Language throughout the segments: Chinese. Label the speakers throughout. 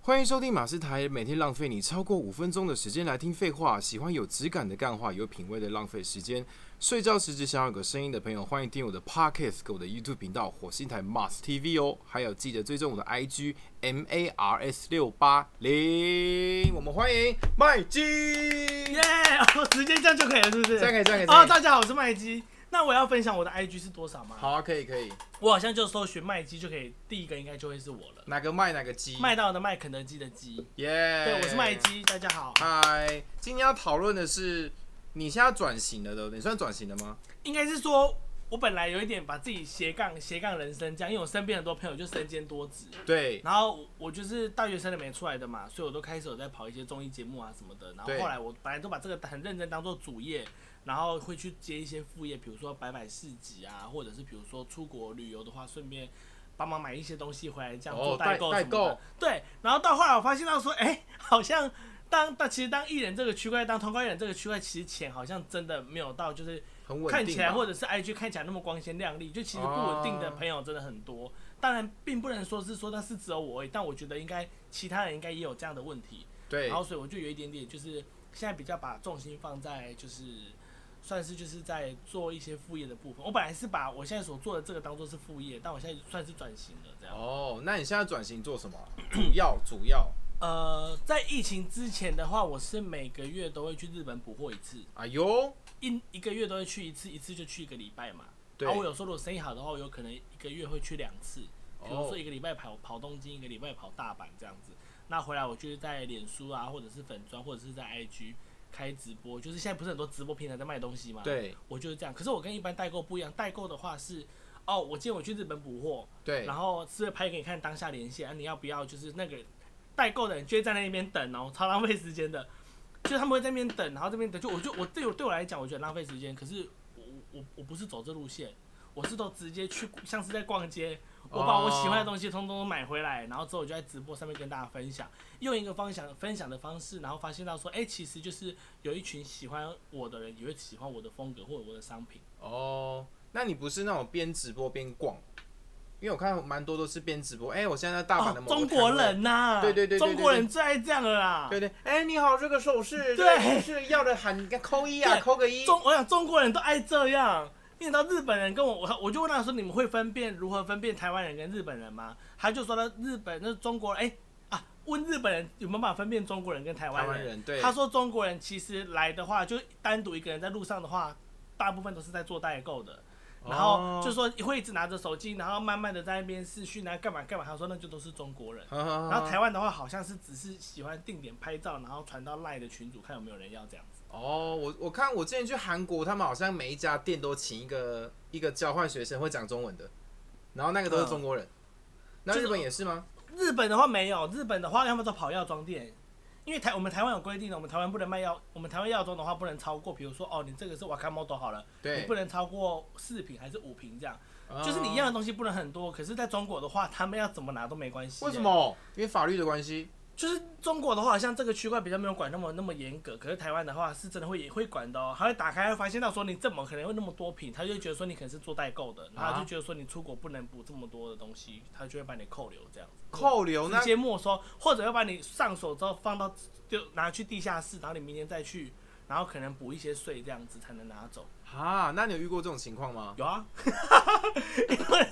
Speaker 1: 欢迎收听马斯台，每天浪费你超过五分钟的时间来听废话。喜欢有质感的干话，有品味的浪费时间。睡觉时只想要有个声音的朋友，欢迎订阅我的 Podcast 跟我的 YouTube 频道火星台 Mars TV 哦。还有记得追踪我的 IG M A R S 六八零。我们欢迎麦基。
Speaker 2: 耶、哦直接这样就可以了，是不是？
Speaker 1: 这样可以这样可以这样可
Speaker 2: 哦，
Speaker 1: 以
Speaker 2: 大家好，我是麦基。那我要分享我的 IG 是多少吗？
Speaker 1: 好啊，可以可以，
Speaker 2: 我好像就搜寻麦基就可以，第一个应该就会是我了。
Speaker 1: 哪个麦哪个鸡？
Speaker 2: 麦当劳的麦，肯德基的鸡。
Speaker 1: 耶
Speaker 2: 对，我是麦。基，大家好。
Speaker 1: 嗨，今天要讨论的是，你现在转型了，对不对？你算转型了吗？
Speaker 2: 应该是说，我本来有一点把自己斜杠斜杠人生这样，因为我身边很多朋友就身兼多职，
Speaker 1: 对，
Speaker 2: 然后我我就是大学生里面出来的嘛，所以我都开始有在跑一些综艺节目啊什么的。然后
Speaker 1: 对
Speaker 2: 后来我本来都把这个很认真当做主业，然后会去接一些副业，比如说摆摆市集啊，或者是比如说出国旅游的话，顺便帮忙买一些东西回来，这样
Speaker 1: 哦
Speaker 2: 做代购
Speaker 1: 代
Speaker 2: 什么的。
Speaker 1: 代购
Speaker 2: 对，然后到后来我发现到说，哎、好像当当其实当艺人这个区块，当通告艺人这个区块，其实钱好像真的没有到就是
Speaker 1: 很稳定吧。
Speaker 2: 看起来或者是 IG 看起来那么光鲜亮丽，就其实不稳定的
Speaker 1: 哦
Speaker 2: 朋友真的很多。当然，并不能说是说那是只有我而已，但我觉得应该其他人应该也有这样的问题。
Speaker 1: 对
Speaker 2: 然，后，所以我就有一点点就是现在比较把重心放在就是算是就是在做一些副业的部分。我本来是把我现在所做的这个当做是副业，但我现在算是转型了这样。
Speaker 1: 哦，那你现在转型做什么啊？主要主要，
Speaker 2: 呃，在疫情之前的话，我是每个月都会去日本补货一次，
Speaker 1: 哎呦，
Speaker 2: 一一个月都会去一次，一次就去一个礼拜嘛。
Speaker 1: 对，
Speaker 2: 然啊后我有时候如果生意好的话，我有可能一个月会去两次，比如
Speaker 1: 哦
Speaker 2: 说一个礼拜跑跑东京，一个礼拜跑大阪这样子。那回来我就是在脸书啊，或者是粉砖，或者是在 IG 开直播，就是现在不是很多直播平台在卖东西吗？，
Speaker 1: 对
Speaker 2: 我就是这样。可是我跟一般代购不一样，代购的话是，哦，我今天我去日本补货，
Speaker 1: 对，
Speaker 2: 然后是会拍给你看当下连线，啊、你要不要？就是那个代购的人就会在那边等哦，超浪费时间的。就是他们会在那边等，然后这边等，就我就我对我对我来讲，我觉得很浪费时间。可是我我我不是走这路线，我是都直接去，像是在逛街，我把我喜欢的东西通通都买回来，然后之后我就在直播上面跟大家分享，用一个方向分享的方式，然后发现到说，哎、其实就是有一群喜欢我的人也会喜欢我的风格或者我的商品。
Speaker 1: 哦，那你不是那种边直播边逛？因为我看蛮多都是边直播，哎、我现在在大阪的
Speaker 2: 哦
Speaker 1: 某、
Speaker 2: 中国，人啊呐、
Speaker 1: 对对对对对
Speaker 2: 中国人最爱这样了啦。
Speaker 1: 对对，哎、你好，这个首饰，这
Speaker 2: 对
Speaker 1: 个首饰要的喊，你看扣一啊，
Speaker 2: 对
Speaker 1: 扣个一，
Speaker 2: 中我想中国人都爱这样。因为你知道日本人跟我，我我就问他说，你们会分辨如何分辨台湾人跟日本人吗？他就说了，日本那中国人，哎、啊，问日本人有没有办法分辨中国人跟台湾
Speaker 1: 台
Speaker 2: 人？
Speaker 1: 湾人对，
Speaker 2: 他说中国人其实来的话，就单独一个人在路上的话，大部分都是在做代购的。
Speaker 1: 哦，
Speaker 2: 然 后就说会一直拿着手机，然后慢慢的在那边视讯啊，干嘛干嘛。他说那就都是中国人。
Speaker 1: 呵呵呵，
Speaker 2: 然后台
Speaker 1: 湾，
Speaker 2: 湾的话，好像是只是喜欢定点拍照，然后传到赖的群组，看有没有人要这样子。
Speaker 1: 哦，我我看我之前去韩国，他们好像每一家店都请一个一个交换学生会讲中文的，然后那个都是中国人，那、
Speaker 2: 嗯就是
Speaker 1: 日本也是吗？
Speaker 2: 日本的话没有，日本的话他们都跑药妆店，因为台我们台湾有规定的，我们台湾不能卖药，我们台湾药妆的话不能超过，比如说哦，你这个是 Wakamoto 好了，你
Speaker 1: 对
Speaker 2: 不，能超过四瓶还是五瓶这样，
Speaker 1: 哦
Speaker 2: 就是你一样的东西不能很多。可是在中国的话，他们要怎么拿都没关系。
Speaker 1: 为什？么？因为法律的关系。
Speaker 2: 就是中国的话，好像这个区块比较没有管那么那么严格，可是台湾的话是真的会也会管的哦，他会打开会发现到说你怎么可能会那么多品，他就会觉得说你可能是做代购的，然后
Speaker 1: 啊
Speaker 2: 他就觉得说你出国不能补这么多的东西，他就会把你扣留这样子。
Speaker 1: 扣留那
Speaker 2: 直接没收，或者要把你上手之后放到就拿去地下室，然后你明天再去，然后可能补一些税这样子才能拿走。
Speaker 1: 啊，那你有遇过这种情况吗？
Speaker 2: 有啊，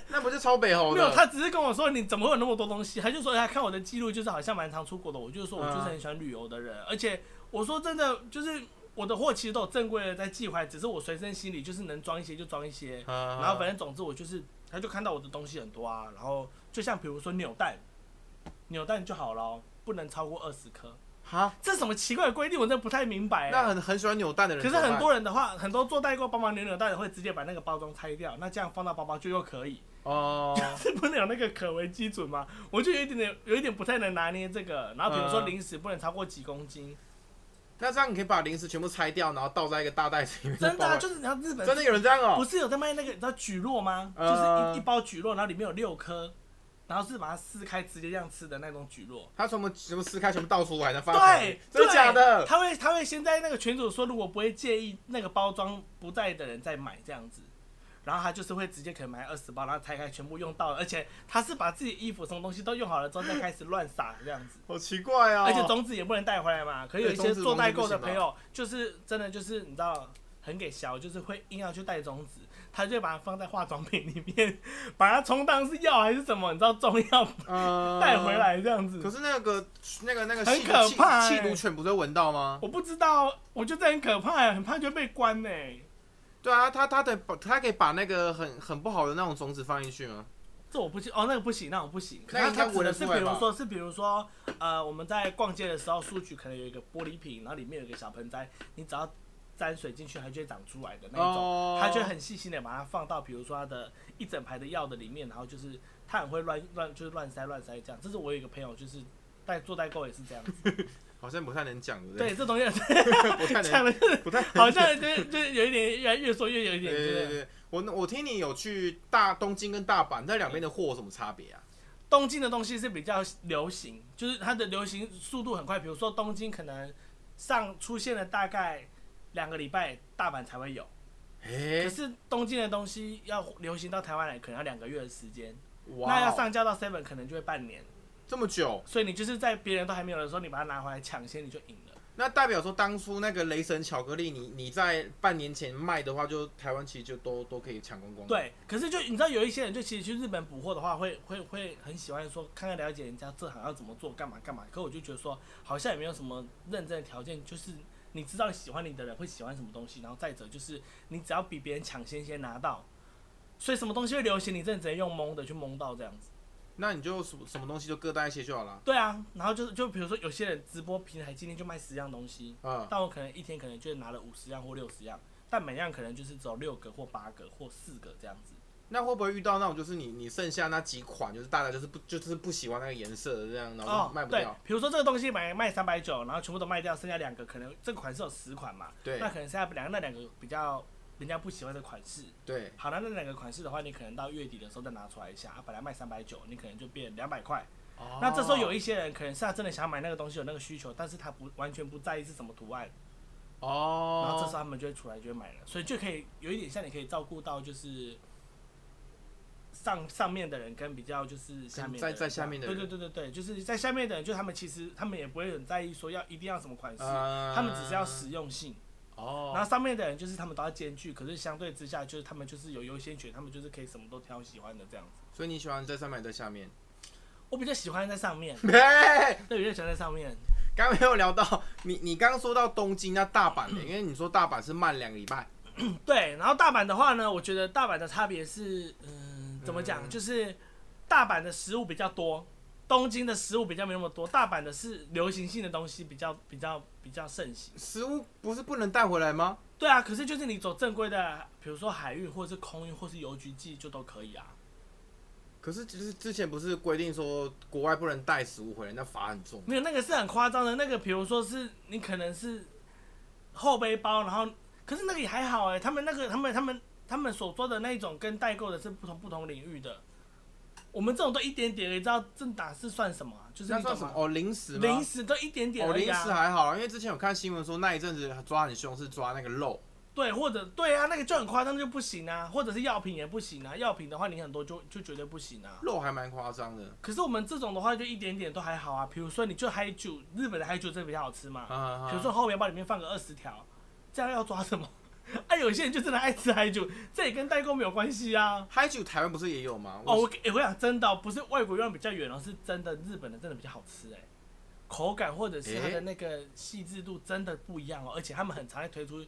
Speaker 1: 那不是超北猴的？
Speaker 2: 没有，他只是跟我说你怎么会有那么多东西，他就说他看我的记录就是好像蛮常出国的，我就说我就是很喜欢旅游的人，而且我说真的就是我的货其实都有正规的在寄回来，只是我随身心里就是能装一些就装一些，
Speaker 1: 啊，
Speaker 2: 然后反正总之我就是，他就看到我的东西很多啊，然后就像比如说扭蛋，扭蛋就好了哦，不能超过二十颗。
Speaker 1: 哈，
Speaker 2: 这是什么奇怪的规定，我真的不太明白、
Speaker 1: 那
Speaker 2: 欸。
Speaker 1: 很很喜欢扭蛋的人
Speaker 2: 可
Speaker 1: 怎
Speaker 2: 是
Speaker 1: 么办，
Speaker 2: 很多人的话，很多做代购帮忙扭扭蛋的会直接把那个包装拆掉，那这样放到包包就又可以，
Speaker 1: 哦，
Speaker 2: 是不能有那个可为基准吗？我就有一点点，有一点不太能拿捏这个。然后比如说
Speaker 1: 嗯
Speaker 2: 零食不能超过几公斤，
Speaker 1: 那这样你可以把零食全部拆掉，然后倒在一个大袋子里面。
Speaker 2: 真的、啊、
Speaker 1: 包
Speaker 2: 就是你知道日
Speaker 1: 完
Speaker 2: 本
Speaker 1: 真的有人这样
Speaker 2: 不
Speaker 1: 哦？
Speaker 2: 是有在卖那个你知道蒟蒻吗？就
Speaker 1: 嗯
Speaker 2: 是一一包蒟蒻，然后里面有六颗，然后是把它撕开直接这样吃的那种蒟蒻。
Speaker 1: 他全部全部撕开，全部倒出来，然后发
Speaker 2: 对，
Speaker 1: 真的
Speaker 2: 对
Speaker 1: 假的？
Speaker 2: 他会他会先在那个群主说，如果不会介意那个包装不在的人再买这样子，然后他就是会直接可能买二十包，然后拆开全部用到了，而且他是把自己衣服什么东西都用好了之后再开始乱撒这样子。
Speaker 1: 好奇怪啊！
Speaker 2: 而且种子也不能带回来嘛。可是有一
Speaker 1: 对种
Speaker 2: 些
Speaker 1: 子
Speaker 2: 做代
Speaker 1: 种
Speaker 2: 购
Speaker 1: 子
Speaker 2: 的
Speaker 1: 不行吧啊
Speaker 2: 朋友，就是真的就是你知道很给小，就是会硬要去带种子，他就把它放在化妆品里面， 把它充当是药还是什么，你知道中药
Speaker 1: 呃
Speaker 2: 带回。来这样子。
Speaker 1: 可是那个那个那个
Speaker 2: 很
Speaker 1: 气
Speaker 2: 可怕
Speaker 1: 气
Speaker 2: 欸
Speaker 1: 气炉犬不是会闻到吗？
Speaker 2: 我不知道，我觉得很可怕欸，很怕就被关欸呢、
Speaker 1: 对啊，他他得把他可以把那个很很不好的那种种子放进去吗？
Speaker 2: 这我不行哦，那个不行，那我不行。
Speaker 1: 那个
Speaker 2: 它
Speaker 1: 应该
Speaker 2: 它指
Speaker 1: 闻得
Speaker 2: 的是
Speaker 1: 出来
Speaker 2: 比如
Speaker 1: 吧
Speaker 2: 说是比如说呃，我们在逛街的时候，书局可能有一个玻璃瓶，然后里面有一个小盆栽，你只要沾水进去，它就会长出来的那一种。
Speaker 1: 哦
Speaker 2: 他就很细心的把它放到，比如说他的一整排的药的里面，然后就是他很会乱乱，就是乱塞乱塞这样。这是我有一个朋友，就是代做代购也是这样 子。
Speaker 1: 好像不太能讲，对不
Speaker 2: 对，这东西
Speaker 1: 对？不太
Speaker 2: 讲
Speaker 1: 能，
Speaker 2: 的就是
Speaker 1: 不太
Speaker 2: 好像就是就是有一点越来越说越有一
Speaker 1: 对
Speaker 2: 点，
Speaker 1: 对
Speaker 2: 就
Speaker 1: 对
Speaker 2: 是
Speaker 1: 对。我我听你有去大东京跟大阪，那两边的货有什么差别啊？
Speaker 2: 东京的东西是比较流行，就是它的流行速度很快。比如说东京可能上出现了大概两个礼拜，大阪才会有。可
Speaker 1: 哎，
Speaker 2: 是东京的东西要流行到台湾来，可能要两个月的时间。那
Speaker 1: 哇
Speaker 2: 要
Speaker 1: 哦，
Speaker 2: 上架到 Seven 可能就会半年。
Speaker 1: 这么久，
Speaker 2: 所以你就是在别人都还没有的时候，你把它拿回来抢先，你就赢了。
Speaker 1: 那代表说当初那个雷神巧克力你，你在半年前卖的话，就台湾其实就都都可以抢光光。，
Speaker 2: 对，可是就你知道有一些人就其实去日本补货的话，会会会很喜欢说看看了解人家这行要怎么做，干嘛干嘛。可我就觉得说好像也没有什么认真的条件，就是你知道喜欢你的人会喜欢什么东西，然后再者就是你只要比别人抢先先拿到，所以什么东西会流行，你真的直接用蒙的去蒙到这样子。
Speaker 1: 那你就什么什么东西就各带一些就好了。
Speaker 2: 对啊，然后就是就比如说有些人直播平台今天就卖十样东西，
Speaker 1: 啊、
Speaker 2: 但我可能一天可能就拿了五十样或六十样，但每样可能就是只有六个或八个或四个这样子。
Speaker 1: 那会不会遇到那种就是你你剩下那几款，就是大家就是不就是不喜欢那个颜色的这样，然后
Speaker 2: 哦
Speaker 1: 就卖，不
Speaker 2: 对
Speaker 1: 掉？，
Speaker 2: 比如说这个东西买卖三百九，然后全部都卖掉，剩下两个，可能这个款式有十款嘛，
Speaker 1: 对
Speaker 2: 那可能剩下两那两个比较人家不喜欢的款式。
Speaker 1: 对，
Speaker 2: 好了，那两个款式的话，你可能到月底的时候再拿出来一下，啊、本来卖三百九，你可能就变两百块。那这时候有一些人可能是他真的想买那个东西，有那个需求，但是他不完全不在意是什么图案，
Speaker 1: 哦，
Speaker 2: 然后这时候他们就会出来就会买了，所以就可以有一点像你可以照顾到就是上上面的人跟比较就是下面的
Speaker 1: 在
Speaker 2: 人
Speaker 1: 在下面的人
Speaker 2: 对对对对对，就是在下面的人，就他们其实他们也不会很在意说要一定要什么款式，
Speaker 1: 呃
Speaker 2: 他们只是要实用性。
Speaker 1: 哦，
Speaker 2: 然后上面的人就是他们都要兼具，可是相对之下就是他们就是有优先权，他们就是可以什么都挑喜欢的这样子。
Speaker 1: 所以你喜欢在上面，还是在下面？
Speaker 2: 我比较喜欢在上面，
Speaker 1: 嘿嘿嘿
Speaker 2: 对，我比较喜欢在上面。
Speaker 1: 刚没有聊到你，你刚刚说到东京那大阪的，因为你说大阪是慢两个礼拜，
Speaker 2: 对，然后大阪的话呢，我觉得大阪的差别是，嗯、怎么讲，
Speaker 1: 嗯
Speaker 2: 就是大阪的食物比较多，东京的食物比较没那么多，大阪的是流行性的东西比较比较比较盛行。
Speaker 1: 食物不是不能带回来吗？
Speaker 2: 对啊，可是就是你走正规的，比如说海运或者是空运或是邮局寄就都可以啊。
Speaker 1: 可是就是之前不是规定说国外不能带食物回来，那罚很重。
Speaker 2: 没有那个是很夸张的，那个比如说是你可能是后背包，然后可是那个也还好哎、他们那个他们他们他们所做的那一种跟代购的是不同不同领域的，我们这种都一点点而已，你知道正打是算什么啊？就是
Speaker 1: 那
Speaker 2: 你
Speaker 1: 算什
Speaker 2: 懂
Speaker 1: 么？
Speaker 2: 吗？
Speaker 1: 哦，零食吗？
Speaker 2: 零食都一点点
Speaker 1: 哦，
Speaker 2: 而已
Speaker 1: 零
Speaker 2: 啊，
Speaker 1: 食还好，因为之前有看新闻说那一阵子抓很凶，是抓那个肉。
Speaker 2: 对，或者对啊，那个就很夸张就不行啊，或者是药品也不行啊，药品的话你很多就就绝对不行啊。
Speaker 1: 肉还蛮夸张的，
Speaker 2: 可是我们这种的话就一点点都还好啊，比如说你就海酒，日本的海酒真的比较好吃嘛，
Speaker 1: 啊，
Speaker 2: 比如说后面包里面放个二十条，这样要抓什么？ 啊，有些人就真的爱吃海酒，这也跟代购没有关系啊。
Speaker 1: 嗨酒台湾不是也有吗？
Speaker 2: 哦，我跟、欸、我讲真的哦、不是外国用比较远哦，是真的日本的真的比较好吃哎、口感或者是它
Speaker 1: 诶
Speaker 2: 的那个细致度真的不一样哦，而且他们很常会推出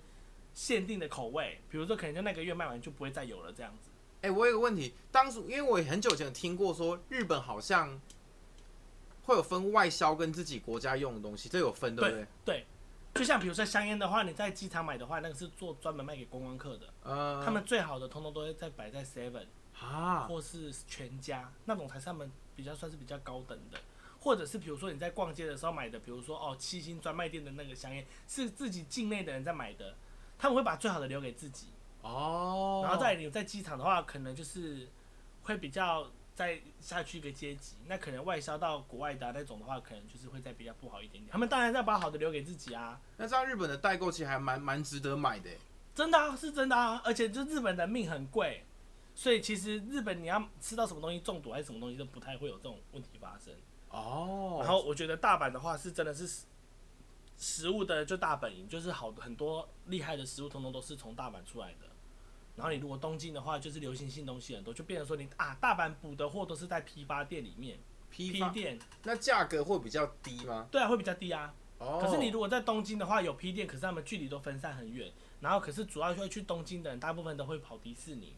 Speaker 2: 限定的口味，比如说可能就那个月卖完就不会再有了这样子。
Speaker 1: 哎、我有个问题，当初因为我也很久以前有听过说，日本好像会有分外销跟自己国家用的东西，这有分对不对？
Speaker 2: 对，就像比如说香烟的话，你在机场买的话，那个是做专门卖给观光客的，
Speaker 1: 呃，
Speaker 2: 他们最好的通通都会在摆在 Seven。
Speaker 1: 啊，
Speaker 2: 或是全家那种才是他们比较算是比较高等的，或者是比如说你在逛街的时候买的，比如说哦七星专卖店的那个香烟是自己境内的人在买的，他们会把最好的留给自己，
Speaker 1: 哦，
Speaker 2: 然后再来你在机场的话，可能就是会比较再下去一个阶级，那可能外销到国外的啊、那种的话，可能就是会再比较不好一点点。他们当然要把好的留给自己啊，
Speaker 1: 那这样日本的代购其实还蛮蛮值得买的耶，欸
Speaker 2: 真的啊，是真的啊，而且就日本的命很贵，所以其实日本你要吃到什么东西中毒还是什么东西都不太会有这种问题发生。
Speaker 1: 哦，
Speaker 2: 然后我觉得大阪的话是真的是食食物的就大本营，就是好很多厉害的食物，通通都是从大阪出来的。然后你如果东京的话，就是流行性东西很多，就变成说你啊，大阪补的货都是在批发店里面，批
Speaker 1: 批发
Speaker 2: 店
Speaker 1: 那价格会比较低吗？
Speaker 2: 对啊会比较低啊。
Speaker 1: 哦，
Speaker 2: 可是你如果在东京的话，有批店，可是他们距离都分散很远。然后可是主要会去东京的人，大部分都会跑迪士尼，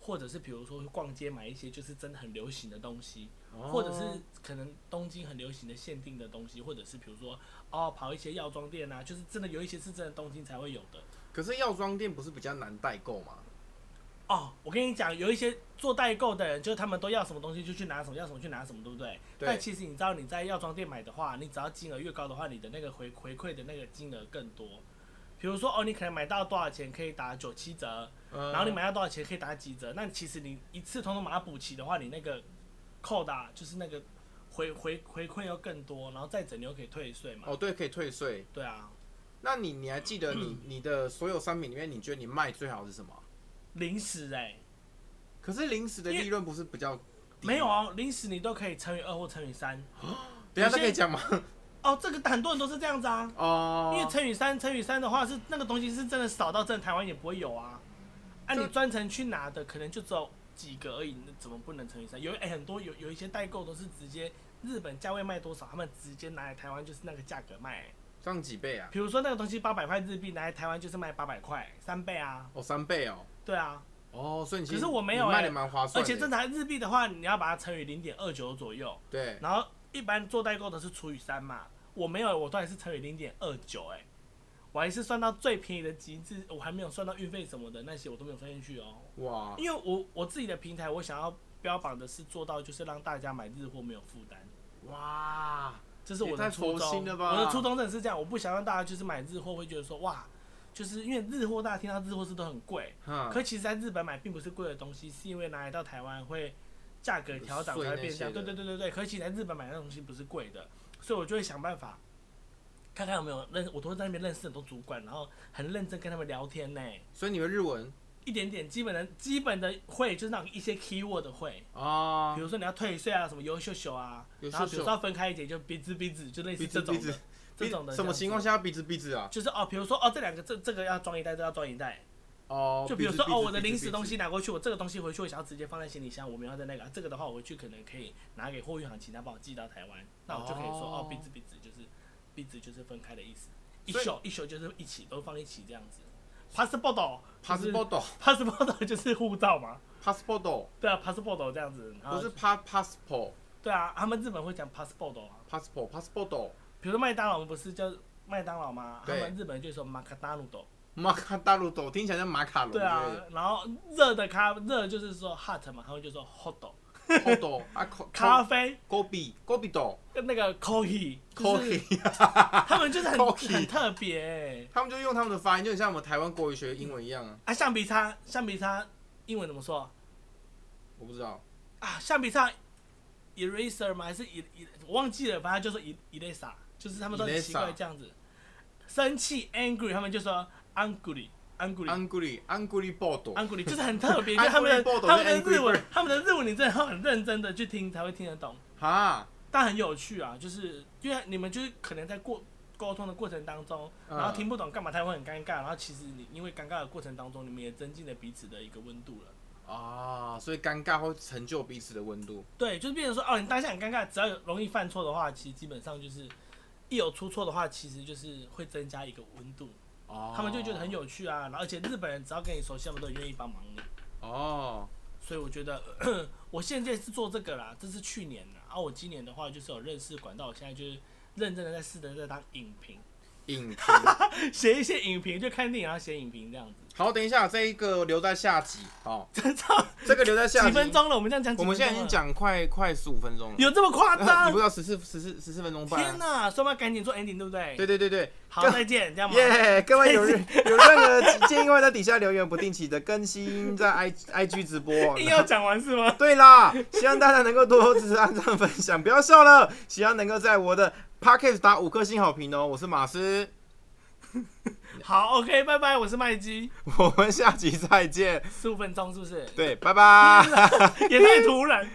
Speaker 2: 或者是比如说逛街买一些就是真的很流行的东西。
Speaker 1: 哦
Speaker 2: 或者是可能东京很流行的限定的东西，或者是比如说哦跑一些药妆店啊，就是真的有一些是真的东京才会有的
Speaker 1: 可是药妆店不是比较难代购吗？
Speaker 2: 哦。我跟你讲，有一些做代购的人，就是他们都要什么东西就去拿什么，要什么去拿什么，对不对？
Speaker 1: 对
Speaker 2: 但其实你知道你在药妆店买的话，你只要金额越高的话，你的那个回回馈的那个金额更多。比如说哦，你可能买到多少钱可以打九七折，
Speaker 1: 嗯
Speaker 2: 然后你买到多少钱可以打几折？那其实你一次通通把它补齐的话，你那个扣的、啊、就是那个回回回馈要更多，然后再整你又可以退税嘛。
Speaker 1: 哦，对，可以退税。
Speaker 2: 对啊，
Speaker 1: 那你你还记得
Speaker 2: 嗯
Speaker 1: 你你的所有商品里面，你觉得你卖最好是什么？
Speaker 2: 零食哎、
Speaker 1: 可是零食的
Speaker 2: 因为
Speaker 1: 利润不是比较低
Speaker 2: 没有？啊，零食你都可以乘以二或乘以三。
Speaker 1: 等一下
Speaker 2: 有些
Speaker 1: 再可以讲吗？
Speaker 2: 哦，这个很多人都是这样子啊，
Speaker 1: 哦，
Speaker 2: 因为乘以三乘以三的话是那个东西是真的少到真的台湾也不会有啊。啊，
Speaker 1: 这
Speaker 2: 你专程去拿的可能就只有几个而已，那怎么不能乘以三？有哎、很多有有一些代购都是直接日本价位卖多少，他们直接拿来台湾就是那个价格卖、欸
Speaker 1: 上几倍啊？
Speaker 2: 比如说那个东西八百块日币，拿来台湾就是卖八百块，三倍啊，
Speaker 1: 哦，三倍哦。
Speaker 2: 对啊。
Speaker 1: 哦，所以你其实
Speaker 2: 可是我没有
Speaker 1: 你卖
Speaker 2: 欸
Speaker 1: 的蛮划
Speaker 2: 而
Speaker 1: 啊算的，
Speaker 2: 且正常日币的话，你要把它乘以零点二九左右，
Speaker 1: 对，
Speaker 2: 然后一般做代购的是除以三嘛，我没有，我当然是乘以零点二九，哎，我还是算到最便宜的极致，我还没有算到运费什么的那些我都没有算进去哦，
Speaker 1: 哇，
Speaker 2: 因为我我自己的平台，我想要标榜的是做到就是让大家买日货没有负担。
Speaker 1: 哇，
Speaker 2: 这是我
Speaker 1: 也
Speaker 2: 的
Speaker 1: 太
Speaker 2: 初
Speaker 1: 佛
Speaker 2: 衷
Speaker 1: 心了吧
Speaker 2: 我的初衷真的是这样，我不想让大家就是买日货会觉得说哇，就是因为日货大家听到日货是都很贵，
Speaker 1: 哼，
Speaker 2: 可其实在日本买并不是贵的东西，是因为拿来到台湾会价格调整才会变
Speaker 1: 税那些
Speaker 2: 价。
Speaker 1: 的
Speaker 2: 对对对对对，可其实在日本买那东西不是贵的，所以我就会想办法。看看有没有认，我都会在那边认识很多主管，然后很认真跟他们聊天呢、
Speaker 1: 所以你们日文
Speaker 2: 一点点基本的基本的会，就是那种一些 keyword 的会，
Speaker 1: 啊
Speaker 2: 比，如说你要退税啊，什么优秀秀啊，
Speaker 1: 优秀秀
Speaker 2: 然后比如说要分开一节就鼻子鼻子，就类似
Speaker 1: 鼻
Speaker 2: 这
Speaker 1: 子
Speaker 2: 种
Speaker 1: 鼻
Speaker 2: 的
Speaker 1: 子，
Speaker 2: 这种的
Speaker 1: 什么情况
Speaker 2: 下？
Speaker 1: 下要鼻子鼻子啊？
Speaker 2: 就是哦，比如说哦，这两个这这个要装一袋，这个要装一袋。
Speaker 1: 哦，
Speaker 2: 就比如说
Speaker 1: 鼻子
Speaker 2: 哦，我的零食，
Speaker 1: 鼻
Speaker 2: 东
Speaker 1: 子
Speaker 2: 西拿过去，我这个东西回去我想要直接放在行李箱，我们要在那个这个的话，我回去可能可以拿给货运行，请他帮我寄到台湾，那我就可以说
Speaker 1: 哦
Speaker 2: 哦，鼻子鼻子就是鼻子就是分开的意思，一
Speaker 1: 所以
Speaker 2: 宿一宿就是一起都放一起这样子。passport
Speaker 1: 鼻子
Speaker 2: passport 就是护照嘛，
Speaker 1: passport，passport，
Speaker 2: 对啊，passport 这样子，然
Speaker 1: 不
Speaker 2: 后
Speaker 1: 是 pa passport。
Speaker 2: 对啊，他们日本会讲 passport 啊，
Speaker 1: passport passport
Speaker 2: 比如说麦当劳不是叫麦当劳吗？他
Speaker 1: 对
Speaker 2: 们日本就说 m a c a d a n u d o
Speaker 1: 马卡大陆豆，听起来像马卡龙
Speaker 2: 对啊，然后热的咖热就是说 hot 嘛，他们就说 hot dog
Speaker 1: 之类的，豆豆啊，
Speaker 2: 咖
Speaker 1: 咖
Speaker 2: 啡
Speaker 1: 狗比狗比豆
Speaker 2: 跟那个 coffee，
Speaker 1: 狗
Speaker 2: 就是
Speaker 1: 比，
Speaker 2: 他们就是很
Speaker 1: coffee
Speaker 2: 很特别、欸、
Speaker 1: 他们就用他们的发音，就很像我们台湾国语学英文一样啊。
Speaker 2: 啊，橡皮擦，橡皮擦英文怎么说
Speaker 1: 我不知道
Speaker 2: 啊？橡皮擦 eraser 吗？还是 e e 我忘记了，反正就说 e eraser，就是他们都很奇怪
Speaker 1: eraser
Speaker 2: 这样子。生气 angry，他们就说 angry angry
Speaker 1: ，angry angry board，
Speaker 2: angry，就是很特别，就是他 们
Speaker 1: Angry
Speaker 2: 的
Speaker 1: bird
Speaker 2: 他们的
Speaker 1: 就是 angry
Speaker 2: 日文
Speaker 1: bird，
Speaker 2: 他们的日文你真的要很认真的去听才会听得懂。
Speaker 1: 哈，
Speaker 2: 但很有趣啊，就是因为你们就是可能在过沟通的过程当中，
Speaker 1: 嗯
Speaker 2: 然后听不懂干嘛，他会很尴尬，然后其实你因为尴尬的过程当中，你们也增进了彼此的一个温度了。
Speaker 1: 啊，所以尴尬会成就彼此的温度。
Speaker 2: 对，就是变成说哦，你当下很尴尬，只要有容易犯错的话，其实基本上就是一有出错的话，其实就是会增加一个温度，
Speaker 1: 哦，
Speaker 2: 他们就觉得很有趣啊。然后而且日本人只要跟你熟悉，他们都愿意帮忙你。
Speaker 1: 哦，
Speaker 2: 所以我觉得呃我现在是做这个啦，这是去年啦，啊，我今年的话就是有认识管道，我现在就是认真的在试着在当影评。
Speaker 1: 影评。
Speaker 2: 写一些影评，就看电影然后写影评这样子，
Speaker 1: 好，等一下，这一个留在下集哦，
Speaker 2: 真的
Speaker 1: 这个留在下集。
Speaker 2: 几分，钟了，我们这样讲几
Speaker 1: 我
Speaker 2: 分
Speaker 1: 们
Speaker 2: 钟了，啊
Speaker 1: 现在已经讲快快十五分钟了。
Speaker 2: 有这么夸
Speaker 1: 你不
Speaker 2: 张？
Speaker 1: 到十四十四十四分钟半啊。
Speaker 2: 天哪，所以我们要赶紧做 ending 对不对？
Speaker 1: 对对对对，
Speaker 2: 好，再见，这样吗？
Speaker 1: 耶 各位有任有任何建议，会在底下留言，不定期的更新在 i i g 直播。
Speaker 2: 硬要讲完是吗？
Speaker 1: 对啦，希望大家能够多多支持、按赞、分享，不要笑了。希望能够在我的 p o c k e t 打五颗星好评哦。我是马斯，
Speaker 2: 好，OK，拜拜，我是麦基，
Speaker 1: 我们下集再见。
Speaker 2: 十五分钟是不是？
Speaker 1: 对，拜拜。
Speaker 2: 也太突然。